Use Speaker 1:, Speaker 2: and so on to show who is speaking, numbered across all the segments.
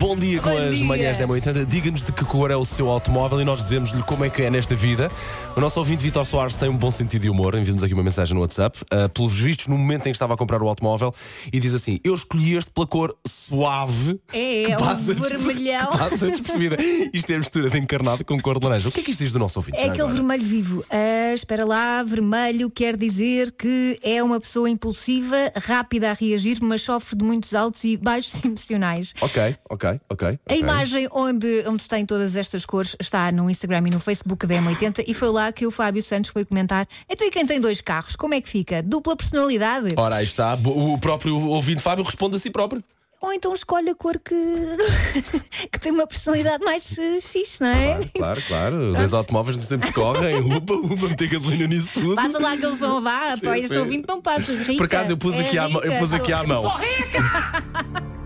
Speaker 1: Bom dia com
Speaker 2: Bom
Speaker 1: as
Speaker 2: dia.
Speaker 1: manhãs da manhã. Então, Diga-nos de que cor é o seu automóvel e nós dizemos-lhe como é que é nesta vida. O nosso ouvinte Vitor Soares tem um bom sentido de humor. Envia-nos aqui uma mensagem no WhatsApp. Ah, pelos vistos, no momento em que estava a comprar o automóvel, e diz assim: Eu escolhi este pela cor suave.
Speaker 2: É,
Speaker 1: que
Speaker 2: é um
Speaker 1: passa despe-
Speaker 2: vermelhão.
Speaker 1: que passa despercebida. Isto é mistura de encarnado com cor de laranja. O que é que isto diz do nosso ouvinte? já
Speaker 2: É aquele
Speaker 1: agora?
Speaker 2: vermelho vivo. Ah, espera lá, vermelho quer dizer que é uma pessoa impulsiva, rápida a reagir, mas sofre de muitos altos e baixos emocionais.
Speaker 1: Ok, ok, ok.
Speaker 2: A
Speaker 1: ok.
Speaker 2: imagem onde, onde tem todas estas cores está no Instagram e no Facebook da M80 e foi lá que o Fábio Santos foi comentar. Então e quem tem dois carros, como é que fica? Dupla personalidade?
Speaker 1: Ora, aí está. Bo- O próprio ouvinte Fábio responde a si próprio.
Speaker 2: Ou então escolhe a cor que, que tem uma personalidade mais eh, fixe, não é?
Speaker 1: Claro, claro. Dois automóveis no tempo que correm. Upa, upa, meter gasolina nisso tudo.
Speaker 2: Passa lá que eles vão, vá,
Speaker 1: Sim,
Speaker 2: apoia, estou
Speaker 1: sim.
Speaker 2: ouvindo, não passas, rica.
Speaker 1: Por acaso eu pus,
Speaker 2: É
Speaker 1: aqui, à, mão- eu
Speaker 2: rica,
Speaker 1: pus aqui
Speaker 2: sou-
Speaker 1: à mão.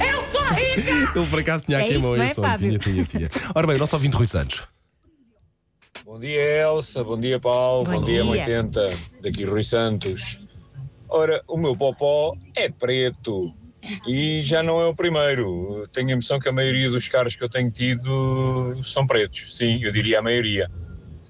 Speaker 3: Eu sou rica!
Speaker 1: Ele por acaso tinha
Speaker 2: É
Speaker 1: aqui a
Speaker 2: isso,
Speaker 1: mão.
Speaker 2: não
Speaker 1: eu
Speaker 2: é,
Speaker 1: só
Speaker 2: Fábio?
Speaker 1: tinha, tinha, tinha. Ora bem, o nosso ouvinte Rui Santos.
Speaker 4: Bom dia, Elsa. Bom dia, Paulo.
Speaker 2: Bom
Speaker 4: Bom, dia,
Speaker 2: dia.
Speaker 4: 80. Daqui, Rui Santos. Ora, o meu popó é preto e já não é o primeiro. Tenho a emoção que a maioria dos carros que eu tenho tido são pretos. Sim, eu diria a maioria.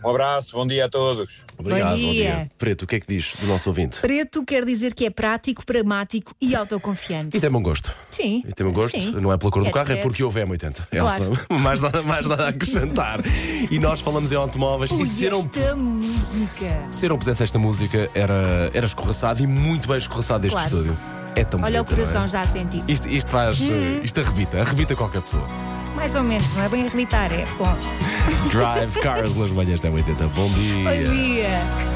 Speaker 4: Um abraço, bom dia a todos.
Speaker 1: Obrigado, bom dia.
Speaker 2: dia.
Speaker 1: Preto, o que é que diz do nosso ouvinte?
Speaker 2: Preto quer dizer que é prático, pragmático e autoconfiante.
Speaker 1: E tem bom gosto.
Speaker 2: Sim.
Speaker 1: E tem bom gosto.
Speaker 2: Sim.
Speaker 1: Não é pela cor do
Speaker 2: É
Speaker 1: carro, é
Speaker 2: discreto.
Speaker 1: porque houve M80.
Speaker 2: Claro.
Speaker 1: Elsa, mais nada, mais nada a acrescentar. E nós falamos em automóveis.
Speaker 2: Ui,
Speaker 1: e se eu não,
Speaker 2: esta música.
Speaker 1: se eu não pusesse esta música, era, era escorraçado e muito bem escorraçado este
Speaker 2: Claro.
Speaker 1: estúdio. É tão
Speaker 2: Olha o
Speaker 1: bonito, não é?
Speaker 2: coração já a sentir.
Speaker 1: Isto, isto faz. eh, Isto arrebita, arrebita qualquer pessoa.
Speaker 2: Mais ou menos, não é bem irritar, é bom.
Speaker 1: Drive Cars nas manhãs da 80. Bom
Speaker 2: Bom dia.